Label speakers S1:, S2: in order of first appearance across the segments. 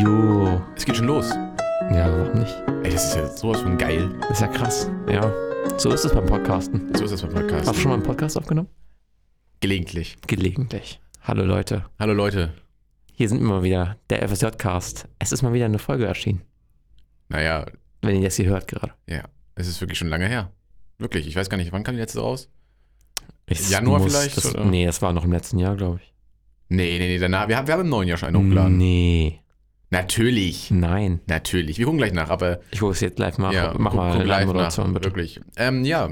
S1: Jo.
S2: Es geht schon los.
S1: Ja, warum nicht?
S2: Ey, das ist ja sowas von geil.
S1: Ist ja krass.
S2: Ja,
S1: So ist es beim Podcasten.
S2: so ist das beim Podcast.
S1: Hast du schon mal einen Podcast aufgenommen?
S2: Gelegentlich.
S1: Gelegentlich. Hallo Leute.
S2: Hallo Leute.
S1: Hier sind wir mal wieder, der FSJ-Cast. Es ist mal wieder eine Folge erschienen,
S2: Naja,
S1: wenn ihr das hier hört gerade.
S2: es ist wirklich schon lange her. Wirklich, ich weiß gar nicht, wann kam die letzte raus?
S1: Es
S2: Januar vielleicht,
S1: Das,
S2: oder?
S1: nee, das war noch im letzten Jahr, glaube ich.
S2: Nee, nee, nee, danach. Wir haben, wir haben im neuen Jahr schon einen hochgeladen.
S1: Nee,
S2: Natürlich.
S1: nein.
S2: Natürlich. Wir gucken gleich nach, aber
S1: Ich hole es jetzt live mal.
S2: ja,
S1: Mach
S2: guck-
S1: mal
S2: guck
S1: eine
S2: live
S1: Moderation,
S2: nach,
S1: bitte.
S2: Wirklich. Ähm, ja.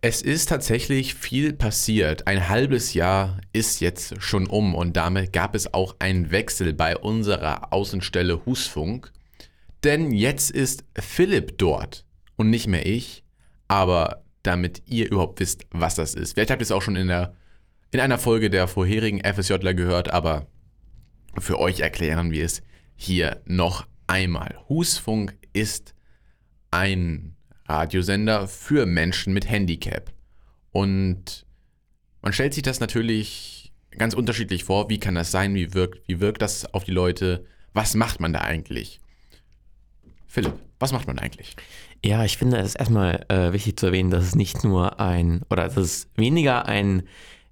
S2: Es ist tatsächlich viel passiert. Ein halbes Jahr ist jetzt schon um und damit gab es auch einen Wechsel bei unserer Außenstelle Husfunk. Denn jetzt ist Philipp dort und nicht mehr ich. Aber damit ihr überhaupt wisst, was das ist. Vielleicht habt ihr es auch schon in, der, in einer Folge der vorherigen FSJler gehört, aber für euch erklären wir es hier noch einmal. Husfunk ist ein Radiosender für Menschen mit Handicap. Und man stellt sich das natürlich ganz unterschiedlich vor. Wie kann das sein? Wie wirkt, wie wirkt das auf die Leute? Was macht man da eigentlich? Philipp, was macht man eigentlich?
S1: Ja, ich finde es ist erstmal äh, wichtig zu erwähnen, dass es nicht nur ein, oder dass es weniger ein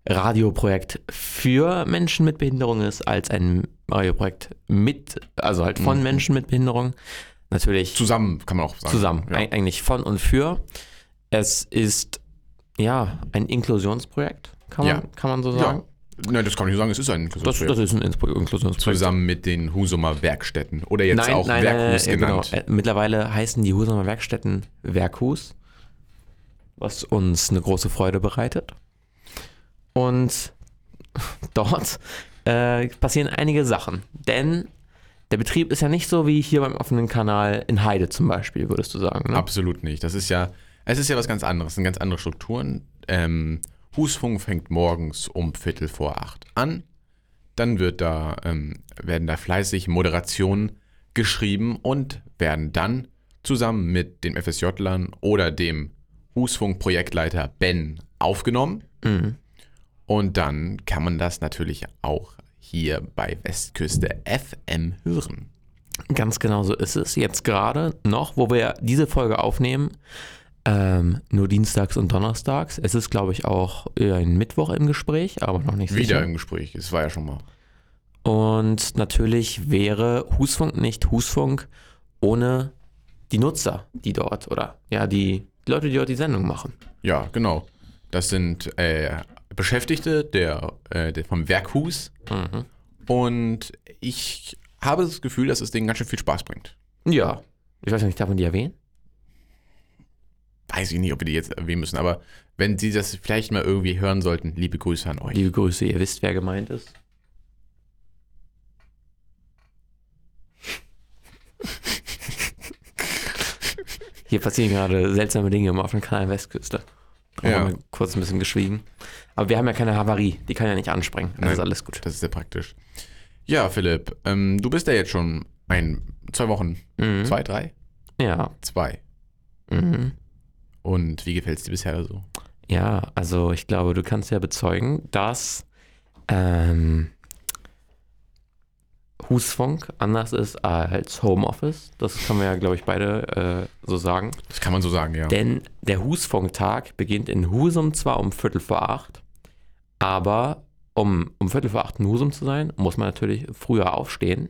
S1: Radioprojekt für Menschen mit Behinderung ist, als ein Radioprojekt mit, also halt von
S2: Mhm.
S1: Menschen mit Behinderung. Natürlich
S2: Zusammen kann man auch sagen.
S1: zusammen,
S2: Ja.
S1: eig- eigentlich von und für. Es ist, ja, ein Inklusionsprojekt, kann man,
S2: Ja.
S1: kann man so sagen.
S2: ja. Nein, das kann ich nicht sagen. Es ist ein
S1: Das, das
S2: Inklusionsprojekt.
S1: ist ein Inklu- Inklusionsprojekt.
S2: Zusammen mit den Husumer Werkstätten. Oder jetzt auch Werkhus
S1: äh,
S2: genannt.
S1: Genau. Äh, Mittlerweile heißen die Husumer Werkstätten Werkhus, was uns eine große Freude bereitet. Und dort äh, passieren einige Sachen, denn der Betrieb ist ja nicht so wie hier beim offenen Kanal in Heide zum Beispiel, würdest du sagen. Ne?
S2: Absolut nicht. Das ist ja, es ist ja was ganz anderes, sind ganz andere Strukturen. Ähm, Husfunk fängt morgens um Viertel vor acht an. Dann wird da, ähm, werden da fleißig Moderationen geschrieben und werden dann zusammen mit den FSJlern oder dem Husfunk-Projektleiter Ben aufgenommen.
S1: Mhm.
S2: Und dann kann man das natürlich auch hier bei Westküste FM hören.
S1: Ganz genau so ist es. Jetzt gerade noch, wo wir diese Folge aufnehmen, ähm, nur dienstags und donnerstags. Es ist, glaube ich, auch eher ein Mittwoch im Gespräch, aber noch nicht sicher.
S2: Wieder im Gespräch, es war ja schon mal.
S1: Und natürlich wäre Husfunk nicht Husfunk ohne die Nutzer, die dort oder ja, die Leute, die dort die Sendung machen.
S2: Ja, genau. Das sind äh, Beschäftigte der, äh, der vom Werkhus und ich habe das Gefühl, dass es denen ganz schön viel Spaß bringt.
S1: Ja. Ich weiß nicht, darf man die erwähnen?
S2: Weiß ich nicht, ob wir die jetzt erwähnen müssen, aber wenn sie das vielleicht mal irgendwie hören sollten, liebe Grüße an euch.
S1: Liebe Grüße, ihr wisst, wer gemeint ist. Hier passieren gerade seltsame Dinge im offenen Kanal Westküste. Da
S2: Ja.
S1: haben wir kurz ein bisschen geschwiegen. Aber wir haben ja keine Havarie, die kann ja nicht anspringen. Das
S2: Nein.
S1: ist alles gut.
S2: Das ist sehr praktisch. Ja, Philipp, ähm, du bist ja jetzt schon ein, zwei Wochen,
S1: Mhm.
S2: zwei, drei?
S1: Ja.
S2: Zwei.
S1: Mhm.
S2: Und wie gefällt es dir bisher so?
S1: Ja, also ich glaube, du kannst ja bezeugen, dass ähm, Husfunk anders ist als Homeoffice. Das können wir ja, glaube ich, beide äh, so sagen.
S2: Das kann man so sagen, ja.
S1: Denn der Husfunk-Tag beginnt in Husum zwar um Viertel vor acht, aber um um Viertel vor acht in Husum zu sein, muss man natürlich früher aufstehen.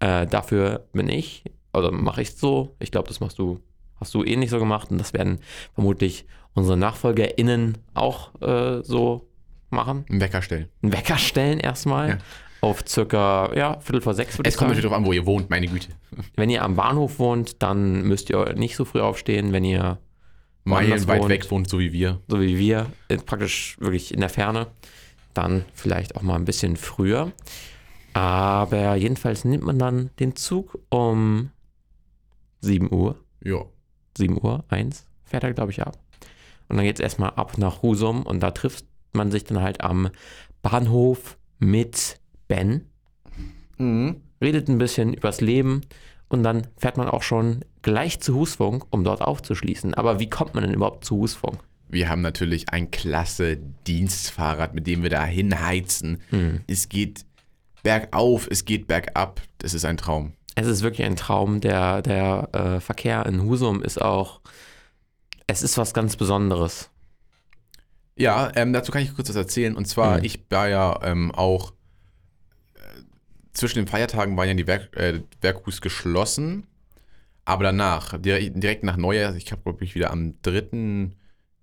S1: Äh, dafür bin ich, oder mache ich so, ich glaube, das machst du, hast du ähnlich so gemacht und das werden vermutlich unsere NachfolgerInnen auch äh, so machen.
S2: Einen Wecker stellen.
S1: Einen Wecker stellen erstmal
S2: Ja.
S1: auf circa, ja, Viertel vor sechs. würde
S2: Es
S1: ich
S2: kommt
S1: sagen.
S2: natürlich darauf an, wo ihr wohnt, meine Güte.
S1: Wenn ihr am Bahnhof wohnt, dann müsst ihr nicht so früh aufstehen, wenn ihr woanders
S2: Meilenweit
S1: wohnt
S2: weg wohnt, so wie wir.
S1: so wie wir, äh, praktisch wirklich in der Ferne, dann vielleicht auch mal ein bisschen früher. Aber jedenfalls nimmt man dann den Zug um 7 Uhr,
S2: Ja.
S1: 7 Uhr, 1, fährt er, glaube ich, ab. Und dann geht es erstmal ab nach Husum und da trifft man sich dann halt am Bahnhof mit Ben
S2: Mhm.
S1: redet ein bisschen übers Leben und dann fährt man auch schon gleich zu Husfunk, um dort aufzuschließen. Aber wie kommt man denn überhaupt zu Husfunk?
S2: Wir haben natürlich ein klasse Dienstfahrrad, mit dem wir da hinheizen. Es geht bergauf, es geht bergab. Das ist ein Traum.
S1: Es ist wirklich ein Traum. Der, der äh, Verkehr in Husum ist auch, es ist was ganz Besonderes.
S2: Ja, ähm, dazu kann ich kurz was erzählen. Und zwar,
S1: Mhm.
S2: ich war ja ähm, auch äh, zwischen den Feiertagen waren ja die Werk, äh, Werkhus geschlossen. Aber danach, dire- direkt nach Neujahr, ich habe, glaube ich, wieder am 3.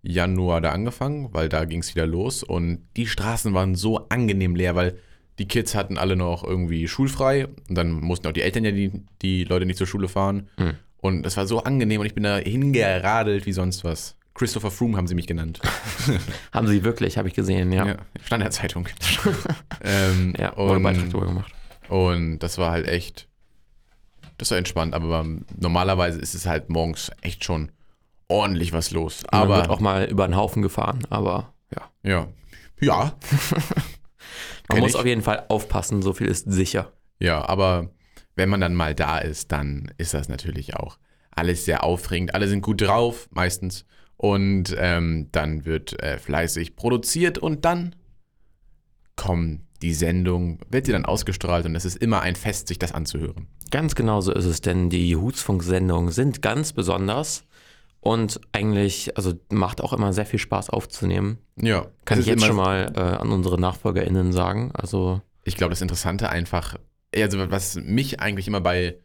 S2: Januar da angefangen, weil da ging es wieder los. Und die Straßen waren so angenehm leer, weil die Kids hatten alle noch irgendwie schulfrei. Und dann mussten auch die Eltern ja die, die Leute nicht zur Schule fahren.
S1: Mhm.
S2: Und es war so angenehm und ich bin da hingeradelt wie sonst was. Christopher Froome haben sie mich genannt.
S1: Haben sie wirklich, habe ich gesehen, ja.
S2: Ja. Stand in der Zeitung. ähm,
S1: Ja, wurde Beitrag
S2: und,
S1: drüber gemacht.
S2: und das war halt echt, das war entspannt, aber normalerweise ist es halt morgens echt schon ordentlich was los.
S1: Aber
S2: Aber
S1: wird auch mal über den Haufen gefahren, aber ja.
S2: ja. Ja,
S1: Man
S2: Kenn
S1: muss
S2: ich.
S1: auf jeden Fall aufpassen, so viel ist sicher.
S2: ja, aber wenn man dann mal da ist, dann ist das natürlich auch alles sehr aufregend. Alle sind gut drauf, meistens. Und ähm, dann wird äh, fleißig produziert und dann kommen die Sendung, wird sie dann ausgestrahlt und es ist immer ein Fest, sich das anzuhören.
S1: Ganz genau so ist es, denn die Hutsfunksendungen sind ganz besonders und eigentlich, also macht auch immer sehr viel Spaß aufzunehmen.
S2: Ja,
S1: Kann
S2: es
S1: ich
S2: ist
S1: jetzt
S2: immer-
S1: schon mal äh, an unsere NachfolgerInnen sagen. Also,
S2: Ich glaube, das Interessante einfach, also was mich eigentlich immer bei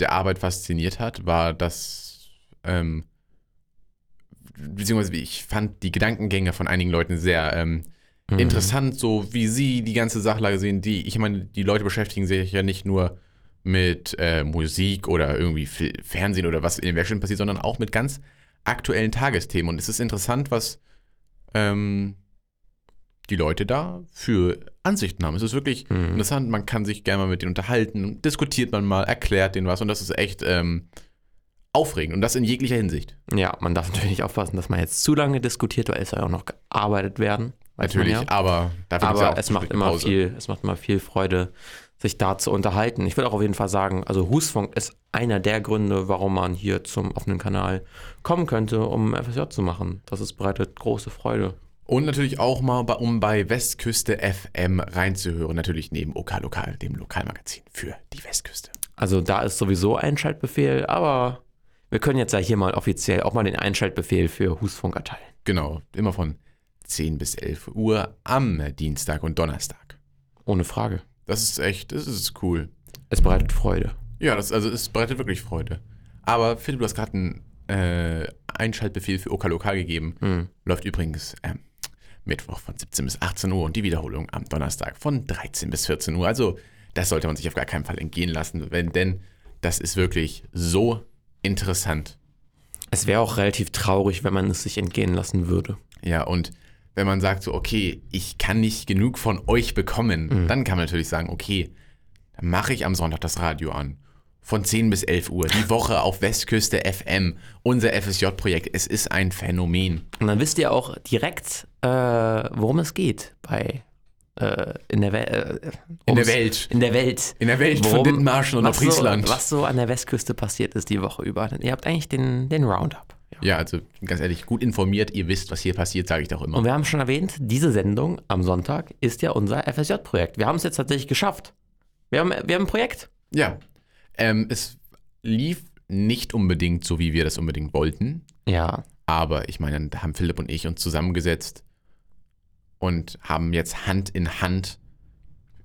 S2: der Arbeit fasziniert hat, war, dass, ähm, beziehungsweise ich fand die Gedankengänge von einigen Leuten sehr ähm,
S1: mh,
S2: interessant, so wie sie die ganze Sachlage sehen. Die, ich meine, die Leute beschäftigen sich ja nicht nur mit äh, Musik oder irgendwie Fil Fernsehen oder was in den Werkstätten passiert, sondern auch mit ganz aktuellen Tagesthemen. Und es ist interessant, was ähm, die Leute da für Ansichten haben. Es ist wirklich
S1: Mhm.
S2: interessant. Man kann sich gerne mal mit denen unterhalten, diskutiert man mal, erklärt denen was. Und das ist echt ähm, aufregend. Und das in jeglicher Hinsicht.
S1: Ja, man darf natürlich nicht aufpassen, dass man jetzt zu lange diskutiert, weil es soll ja auch noch gearbeitet werden. weiß man Ja.
S2: Natürlich, aber dafür gibt's
S1: Aber
S2: ja auch
S1: es macht
S2: Pause.
S1: immer viel, es macht immer viel Freude, sich da zu unterhalten. Ich würde auch auf jeden Fall sagen, also Husfunk ist einer der Gründe, warum man hier zum offenen Kanal kommen könnte, um FSJ zu machen. Das ist bereitet große Freude.
S2: Und natürlich auch mal, bei- um bei Westküste FM reinzuhören. Natürlich neben OK Lokal, dem Lokalmagazin für die Westküste.
S1: Also da ist sowieso Einschaltbefehl, aber wir können jetzt ja hier mal offiziell auch mal den Einschaltbefehl für Husfunk erteilen.
S2: Genau, immer von 10 bis 11 Uhr am Dienstag und Donnerstag.
S1: Ohne Frage.
S2: Das ist echt, das ist cool.
S1: Es bereitet Freude.
S2: Ja, das, also es bereitet wirklich Freude. Aber Philipp, du hast gerade einen äh, Einschaltbefehl für OK Lokal gegeben. Läuft übrigens ähm, Mittwoch von 17 bis 18 Uhr und die Wiederholung am Donnerstag von 13 bis 14 Uhr. Also das sollte man sich auf gar keinen Fall entgehen lassen, wenn, denn das ist wirklich so interessant.
S1: Es wäre auch relativ traurig, wenn man es sich entgehen lassen würde.
S2: Ja, und wenn man sagt so, okay, ich kann nicht genug von euch
S1: Mhm.
S2: bekommen, dann kann man natürlich sagen, okay, dann mache ich am Sonntag das Radio an. Von 10 bis 11 Uhr, die Woche auf Westküste FM, unser FSJ-Projekt. Es ist ein Phänomen.
S1: Und dann wisst ihr auch direkt, äh, worum es geht bei äh, in der Welt. Äh,
S2: In der
S1: ums-
S2: Welt.
S1: In der Welt.
S2: In der Welt von Dithmarschen und
S1: was
S2: Nordfriesland.
S1: So, was so an der Westküste passiert ist die Woche über. Denn ihr habt eigentlich den, den Roundup. Ja.
S2: Ja, also ganz ehrlich, gut informiert, ihr wisst, was hier passiert, sage ich doch immer.
S1: Und wir haben schon erwähnt, diese Sendung am Sonntag ist ja unser FSJ-Projekt. Wir haben es jetzt tatsächlich geschafft. Wir haben, wir haben ein Projekt.
S2: Ja, ähm, es lief nicht unbedingt so, wie wir das unbedingt wollten.
S1: Ja.
S2: Aber ich meine, dann haben Philipp und ich uns zusammengesetzt und haben jetzt Hand in Hand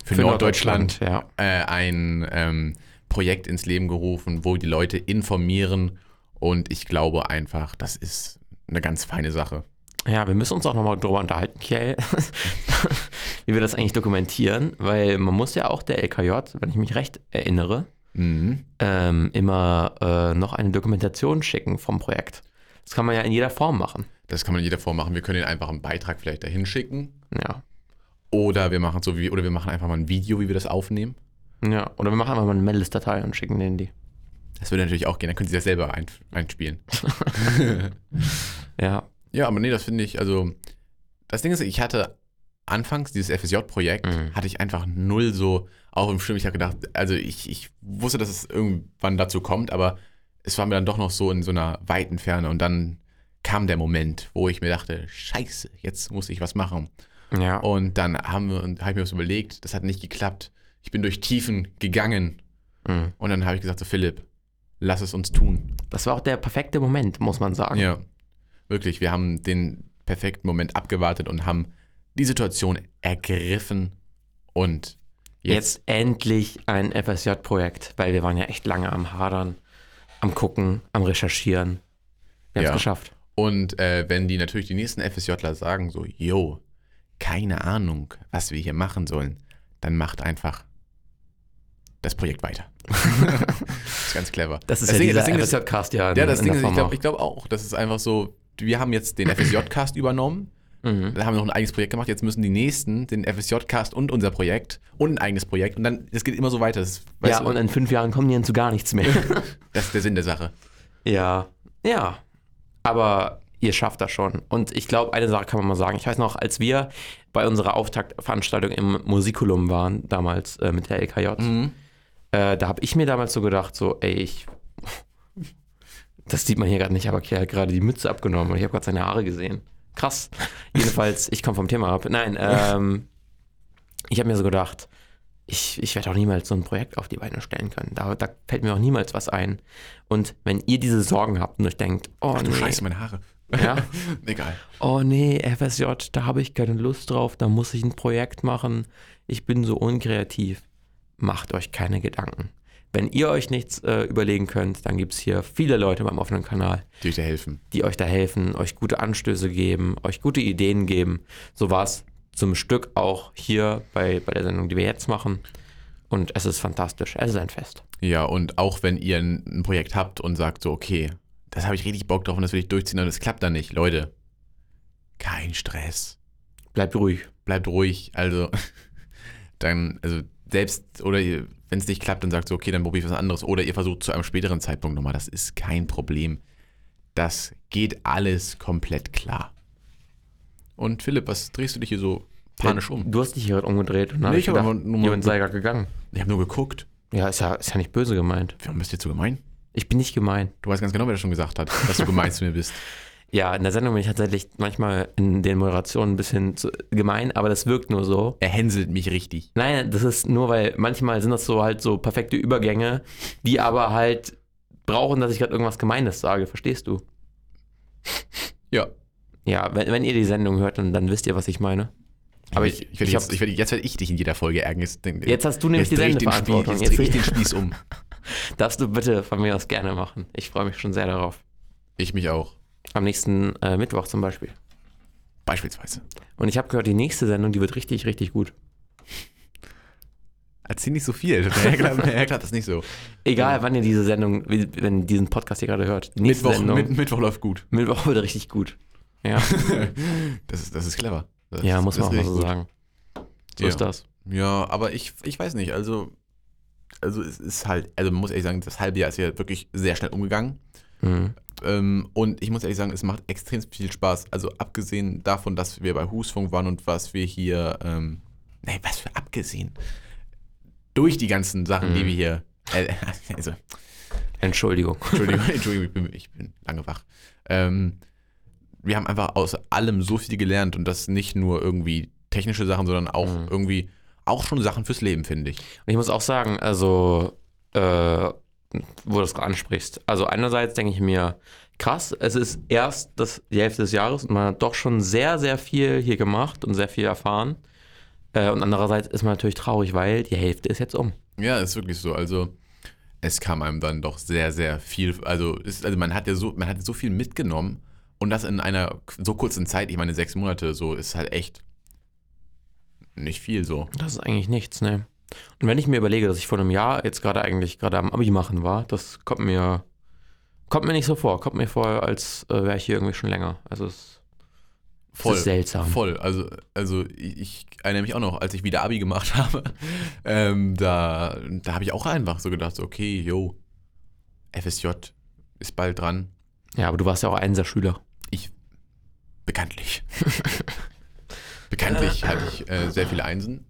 S2: für, Norddeutschland,
S1: Norddeutschland,
S2: äh, ein ähm, Projekt ins Leben gerufen, wo die Leute informieren. Und ich glaube einfach, das ist eine ganz feine Sache.
S1: Ja, wir müssen uns auch nochmal drüber unterhalten, Kjell, wie wir das eigentlich dokumentieren, weil man muss ja auch der LKJ, wenn ich mich recht erinnere,
S2: Mhm.
S1: ähm, immer äh, noch eine Dokumentation schicken vom Projekt. Das kann man ja in jeder Form machen.
S2: Das kann man in jeder Form machen. Wir können den einfach einen Beitrag vielleicht dahin schicken.
S1: Ja.
S2: Oder wir machen so wie, oder wir machen einfach mal ein Video, wie wir das aufnehmen.
S1: ja. Oder wir machen einfach mal eine Mail-Datei und schicken denen die.
S2: Das würde natürlich auch gehen. Dann können Sie das selber ein, einspielen.
S1: Ja.
S2: Ja, aber nee, das finde ich, also das Ding ist, ich hatte anfangs dieses FSJ-Projekt,
S1: Mhm.
S2: hatte ich einfach null so auch im Schirm. Ich habe gedacht, also ich, ich wusste, dass es irgendwann dazu kommt, aber es war mir dann doch noch so in so einer weiten Ferne und dann kam der Moment, wo ich mir dachte, scheiße, jetzt muss ich was machen.
S1: Ja. Oh,
S2: Und dann haben wir, habe ich mir was überlegt, das hat nicht geklappt. ich bin durch Tiefen gegangen. Und dann habe ich gesagt, so Philipp, lass es uns tun.
S1: Das war auch der perfekte Moment, muss man sagen.
S2: Ja. Wirklich, wir haben den perfekten Moment abgewartet und haben die Situation ergriffen und jetzt,
S1: Jetzt endlich ein FSJ-Projekt, weil wir waren ja echt lange am Hadern, am Gucken, am Recherchieren. Wir haben es
S2: Ja.
S1: geschafft.
S2: Und äh, wenn die natürlich die nächsten FSJler sagen so, yo, keine Ahnung, was wir hier machen sollen, dann macht einfach das Projekt weiter. das ist ganz clever.
S1: Das ist
S2: Ding-
S1: ja
S2: das
S1: dieser
S2: Ding ist-
S1: FSJ-Cast ja. in-
S2: ja, das
S1: in
S2: Ding
S1: der
S2: ist, ich
S1: Form
S2: glaube ich glaub auch, das ist einfach so, wir haben jetzt den FSJ-Cast übernommen,
S1: auch. Mhm.
S2: dann haben wir noch ein eigenes Projekt gemacht, jetzt müssen die Nächsten den FSJ-Cast und unser Projekt und ein eigenes Projekt und dann, es geht immer so weiter. Das, ist-
S1: Ja,
S2: weißt du,
S1: und in fünf Jahren kommen die dann zu gar nichts mehr.
S2: das ist der Sinn der Sache.
S1: Ja, ja. Aber ihr schafft das schon. Und ich glaube, eine Sache kann man mal sagen. Ich weiß noch, als wir bei unserer Auftaktveranstaltung im Musikulum waren, damals äh, mit der LKJ, äh, da habe ich mir damals so gedacht, so, ey, ich. Das sieht man hier gerade nicht, aber Kerl hat gerade die Mütze abgenommen und ich habe gerade seine Haare gesehen. Krass. Jedenfalls, ich komme vom Thema ab. Nein, ähm, ich habe mir so gedacht, ich, ich werde auch niemals so ein Projekt auf die Beine stellen können. Da, da fällt mir auch niemals was ein. Und wenn ihr diese Sorgen habt und euch denkt, oh
S2: Ach du
S1: nee,
S2: Scheiße, meine Haare.
S1: Ja.
S2: Egal.
S1: oh nee, FSJ, da habe ich keine Lust drauf, da muss ich ein Projekt machen, ich bin so unkreativ. Macht euch keine Gedanken. Wenn ihr euch nichts äh, überlegen könnt, dann gibt es hier viele Leute beim offenen Kanal,
S2: Die euch da helfen.
S1: die euch da helfen, euch gute Anstöße geben, euch gute Ideen geben. So war es zum Stück auch hier bei, bei der Sendung, die wir jetzt machen. Und es ist fantastisch. Es ist ein Fest.
S2: Ja, und auch wenn ihr ein, ein Projekt habt und sagt so, okay, das habe ich richtig Bock drauf und das will ich durchziehen und das klappt dann nicht, Leute. Kein Stress.
S1: Bleibt ruhig.
S2: Bleibt ruhig. Also, dann, also selbst, oder wenn es nicht klappt, dann sagt so, okay, dann probiere ich was anderes. Oder ihr versucht zu einem späteren Zeitpunkt nochmal. Das ist kein Problem. Das geht alles komplett klar. Und Philipp, was drehst du dich hier so panisch um?
S1: Du hast dich hier gerade umgedreht und dann
S2: Nee,
S1: hab
S2: ich hab aber nur mal-
S1: jemand sei gerade gegangen.
S2: Ich habe nur geguckt.
S1: Ja ist, ja, ist ja nicht böse gemeint.
S2: Warum bist du jetzt so gemein?
S1: Ich bin nicht gemein.
S2: Du weißt ganz genau, wer das schon gesagt hat, dass du gemein zu mir bist.
S1: Ja, in der Sendung bin ich tatsächlich manchmal in den Moderationen ein bisschen zu, gemein, aber das wirkt nur so.
S2: Er hänselt mich richtig.
S1: Nein, das ist nur, weil manchmal sind das so halt so perfekte Übergänge, die aber halt brauchen, dass ich gerade irgendwas Gemeines sage, verstehst du?
S2: Ja.
S1: Ja, wenn, wenn ihr die Sendung hört, dann, dann wisst ihr, was ich meine.
S2: Aber ich, ich, werde
S1: hab-
S2: jetzt, ich werde, jetzt werde ich dich in jeder Folge ärgern. Jetzt,
S1: Jetzt hast du nämlich die
S2: dreh ich den Spieß,
S1: Sendeverantwortung.
S2: jetzt drehe ich
S1: Jetzt-
S2: den Spieß um.
S1: darfst du bitte von mir aus gerne machen. Ich freue mich schon sehr darauf.
S2: Ich mich auch.
S1: Am nächsten äh, Mittwoch zum Beispiel.
S2: Beispielsweise.
S1: Und ich habe gehört, die nächste Sendung, die wird richtig, richtig gut.
S2: Erzähl nicht so viel. Er hat das nicht so.
S1: Egal, wann ihr diese Sendung, wie- wenn ihr diesen Podcast hier gerade hört. Die nächste
S2: Mittwoch,
S1: Sendung,
S2: Mitt- Mittwoch läuft gut.
S1: Mittwoch wird richtig gut. Ja,
S2: Das ist, das ist clever. Das
S1: ja
S2: ist-
S1: muss
S2: das
S1: man auch mal
S2: ist
S1: so
S2: richtig gut.
S1: sagen. So
S2: ja.
S1: ist das.
S2: Ja, aber ich, ich weiß nicht. Also, also es ist halt, also man muss ehrlich sagen, das halbe Jahr ist ja wirklich sehr schnell umgegangen.
S1: Mhm.
S2: Ähm, und ich muss ehrlich sagen, es macht extrem viel Spaß. Also abgesehen davon, dass wir bei Husfunk waren und was wir hier, ähm, nee, was für abgesehen, durch die ganzen Sachen, die
S1: Mhm.
S2: wir hier, äh, also
S1: Entschuldigung.
S2: Entschuldigung, Entschuldigung ich, bin, ich bin lange wach. Ähm, wir haben einfach aus allem so viel gelernt und das nicht nur irgendwie technische Sachen, sondern auch
S1: Mhm.
S2: irgendwie, auch schon Sachen fürs Leben, finde ich.
S1: Und ich muss auch sagen, also, äh, wo du das gerade ansprichst. Also, einerseits denke ich mir, krass, es ist erst das, die Hälfte des Jahres und man hat doch schon sehr, sehr viel hier gemacht und sehr viel erfahren. Äh, und andererseits ist man natürlich traurig, weil die Hälfte ist jetzt um.
S2: Ja, ist wirklich so. Also es kam einem dann doch sehr, sehr viel. Also, ist, also man hat ja so, man hat so viel mitgenommen und das in einer so kurzen Zeit. Ich meine, sechs Monate, so ist halt echt nicht viel so.
S1: Das ist eigentlich nichts, ne? Und wenn ich mir überlege, dass ich vor einem Jahr jetzt gerade eigentlich gerade am Abi machen war, das kommt mir, kommt mir nicht so vor. Kommt mir vor, als äh, wäre ich hier irgendwie schon länger. Also es,
S2: Voll.
S1: es ist seltsam.
S2: Voll. Also, also ich, ich erinnere mich auch noch, als ich wieder Abi gemacht habe, ähm, da, da habe ich auch einfach so gedacht, so, okay, yo, FSJ ist bald dran.
S1: Ja, aber du warst ja auch Einser-Schüler.
S2: Bekanntlich. Bekanntlich hatte ich äh, sehr viele Einsen.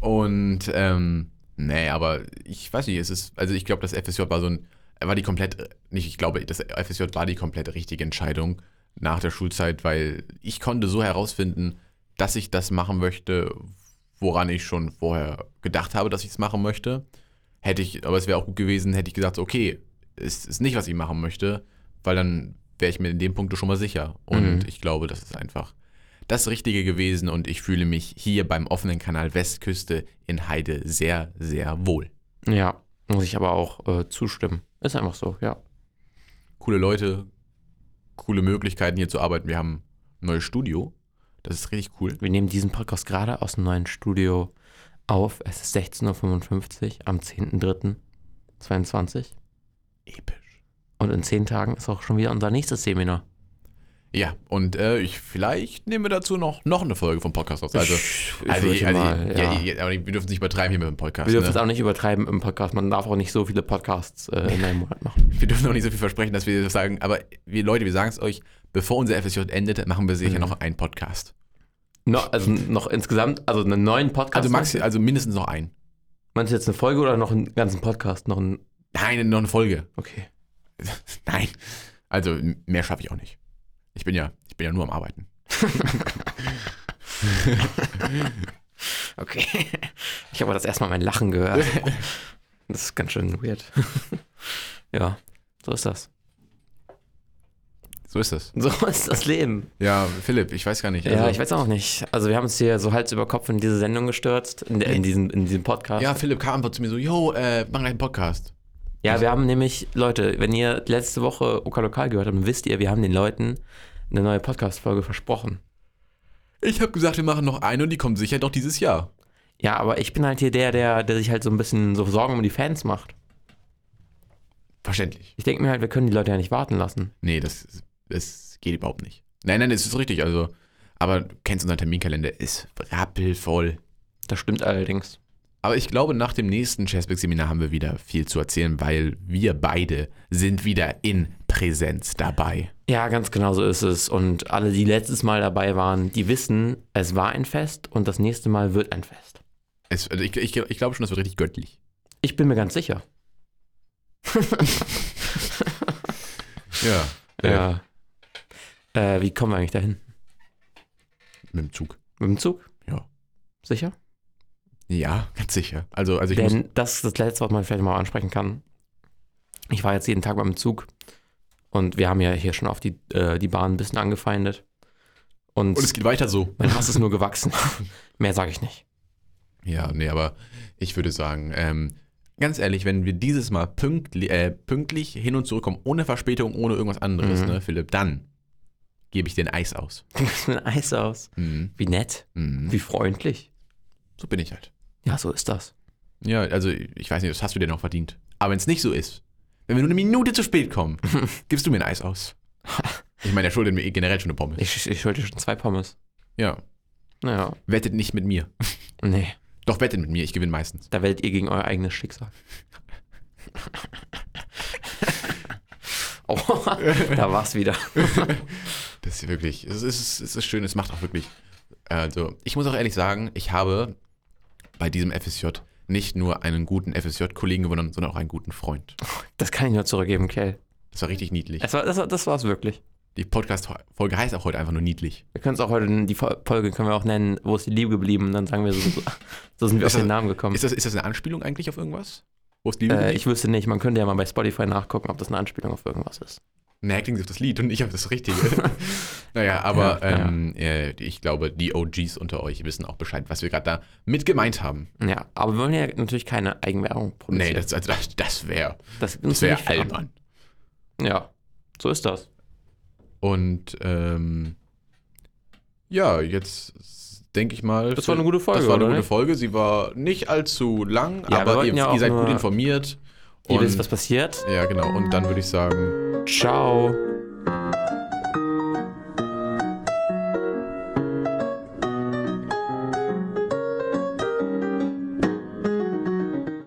S2: Und ähm, nee, aber ich weiß nicht, es ist, also ich glaube, das FSJ war so ein, war die komplett, nicht ich glaube, das FSJ war die komplett richtige Entscheidung nach der Schulzeit, weil ich konnte so herausfinden, dass ich das machen möchte, woran ich schon vorher gedacht habe, dass ich es machen möchte. Hätte ich, aber es wäre auch gut gewesen, hätte ich gesagt, so, okay, es ist nicht, was ich machen möchte, weil dann wäre ich mir in dem Punkt schon mal sicher. Und
S1: Mhm.
S2: ich glaube, das ist einfach das Richtige gewesen und ich fühle mich hier beim offenen Kanal Westküste in Heide sehr, sehr wohl.
S1: Ja, muss ich aber auch äh, zustimmen. Ist einfach so, ja.
S2: coole Leute, coole Möglichkeiten hier zu arbeiten. Wir haben ein neues Studio. Das ist richtig cool.
S1: Wir nehmen diesen Podcast gerade aus dem neuen Studio auf. Es ist 16.55 Uhr am 10.03.22
S2: Episch.
S1: und in zehn Tagen ist auch schon wieder unser nächstes Seminar.
S2: Ja, und äh, ich vielleicht nehmen wir dazu noch, noch eine Folge vom Podcast aus. Also,
S1: Ich- ich
S2: also,
S1: würde
S2: also
S1: mal,
S2: ja,
S1: ja.
S2: ja, aber wir dürfen es nicht übertreiben hier mit dem Podcast.
S1: Wir dürfen es
S2: ne?
S1: auch nicht übertreiben im Podcast. Man darf auch nicht so viele Podcasts äh, in einem Monat machen.
S2: wir dürfen auch nicht so viel versprechen, dass wir das sagen. Aber wir Leute, wir sagen es euch, bevor unser FSJ endet, machen wir sicher
S1: Mhm.
S2: noch einen Podcast.
S1: No, also noch insgesamt, also einen neuen Podcast.
S2: Also, Max, also mindestens noch einen.
S1: Meinst du jetzt eine Folge oder noch einen ganzen Podcast? Noch einen,
S2: Nein, noch eine Folge.
S1: okay.
S2: Nein. Also mehr schaffe ich auch nicht. Ich bin ja, ich bin ja nur am Arbeiten.
S1: Okay. Ich habe aber das erstmal mein Lachen gehört. Das ist ganz schön weird. Ja, so ist das.
S2: So ist das.
S1: So ist das Leben.
S2: Ja, Philipp, ich weiß gar nicht.
S1: Ja,
S2: also-
S1: ich weiß auch nicht. Also wir haben uns hier so Hals über Kopf in diese Sendung gestürzt, in, der- in, diesen, in diesem Podcast.
S2: Ja, Philipp kam einfach zu mir so, yo, äh, mach gleich einen Podcast.
S1: Ja, wir haben nämlich, Leute, wenn ihr letzte Woche Oka Lokal gehört habt, dann wisst ihr, wir haben den Leuten eine neue Podcast-Folge versprochen.
S2: Ich habe gesagt, wir machen noch eine und die kommt sicher noch dieses Jahr.
S1: Ja, aber ich bin halt hier der, der, der sich halt so ein bisschen so Sorgen um die Fans macht.
S2: Verständlich.
S1: Ich denke mir halt, wir können die Leute ja nicht warten lassen.
S2: Nee, das, ist- das geht überhaupt nicht. Nein, nein, das ist richtig. Also, aber du kennst unseren Terminkalender, ist rappelvoll.
S1: Das stimmt allerdings.
S2: Aber ich glaube, nach dem nächsten Chessback-Seminar haben wir wieder viel zu erzählen, weil wir beide sind wieder in Präsenz dabei.
S1: Ja, ganz genau so ist es. Und alle, die letztes Mal dabei waren, die wissen, es war ein Fest und das nächste Mal wird ein Fest.
S2: Es, also ich, ich, ich glaube schon, das wird richtig göttlich.
S1: Ich bin mir ganz sicher.
S2: Ja. Äh,
S1: Ja. Äh, wie kommen wir eigentlich dahin?
S2: Mit dem Zug.
S1: Mit dem Zug?
S2: Ja.
S1: Sicher?
S2: Ja, ganz sicher. Also, also ich muss,
S1: Denn das ist das Letzte, was man vielleicht mal ansprechen kann. Ich war jetzt jeden Tag beim Zug und wir haben ja hier schon auf die, äh, die Bahn ein bisschen angefeindet. Und,
S2: und es geht weiter so.
S1: mein Hass ist nur gewachsen. Mehr sage ich nicht.
S2: Ja, nee, aber ich würde sagen, ähm, ganz ehrlich, wenn wir dieses Mal pünktli äh, pünktlich hin und zurückkommen, ohne Verspätung, ohne irgendwas anderes,
S1: Mhm.
S2: ne, Philipp, dann gebe ich den Eis aus.
S1: Du gibst mir ein Eis aus.
S2: Mhm.
S1: Wie nett.
S2: Mhm.
S1: Wie freundlich.
S2: So bin ich halt.
S1: Ja, so ist das.
S2: Ja, also ich weiß nicht, das hast du dir noch verdient. Aber wenn es nicht so ist, wenn wir nur eine Minute zu spät kommen, gibst du mir ein Eis aus. Ich meine, er schuldet mir eh generell schon eine Pommes.
S1: Ich, ich schulde dir schon zwei Pommes.
S2: Ja.
S1: Naja,
S2: Wettet nicht mit mir.
S1: nee.
S2: Doch wettet mit mir, ich gewinne meistens.
S1: Da werdet ihr gegen euer eigenes Schicksal. oh, da war's wieder.
S2: Das ist wirklich, es ist, es ist, es ist schön, es macht auch wirklich. Also, ich muss auch ehrlich sagen, ich habe bei diesem FSJ nicht nur einen guten FSJ-Kollegen gewonnen, sondern auch einen guten Freund.
S1: Das kann ich nur zurückgeben, Kell.
S2: Das war richtig niedlich.
S1: Das, war, das, war, das war's wirklich.
S2: Die Podcast-Folge heißt auch heute einfach nur niedlich.
S1: Wir können es auch heute, die Fol- Folge können wir auch nennen, wo ist die Liebe geblieben? Und dann sagen wir so, so, so sind wir
S2: Ist
S1: auf den
S2: das-
S1: Namen gekommen.
S2: Ist das, ist das eine Anspielung eigentlich auf irgendwas? Wo ist Liebe?
S1: Äh, ich wüsste nicht, man könnte ja mal bei Spotify nachgucken, ob das eine Anspielung auf irgendwas ist.
S2: Na, klingt auf das Lied und ich auf das Richtige. naja, aber
S1: Ja, ja.
S2: ähm, äh, ich glaube, die OGs unter euch wissen auch Bescheid, was wir gerade da mit gemeint haben.
S1: Ja, aber wir wollen ja natürlich keine Eigenwerbung
S2: Nee,
S1: produzieren.
S2: das, also das, das wäre
S1: das,
S2: das
S1: uns
S2: wär
S1: nicht fern.
S2: albern.
S1: Ja, so ist das.
S2: Und ähm, ja, jetzt s- denke ich mal.
S1: Das war eine gute Folge,
S2: Das war eine
S1: oder
S2: gute
S1: nicht?
S2: Folge. Sie war nicht allzu lang,
S1: wir
S2: aber
S1: wollten
S2: ihr,
S1: ja auch
S2: ihr seid
S1: nur-
S2: gut informiert.
S1: Ihr
S2: Und,
S1: wisst, was passiert.
S2: ja, genau. Und dann würde ich sagen.
S1: Ciao.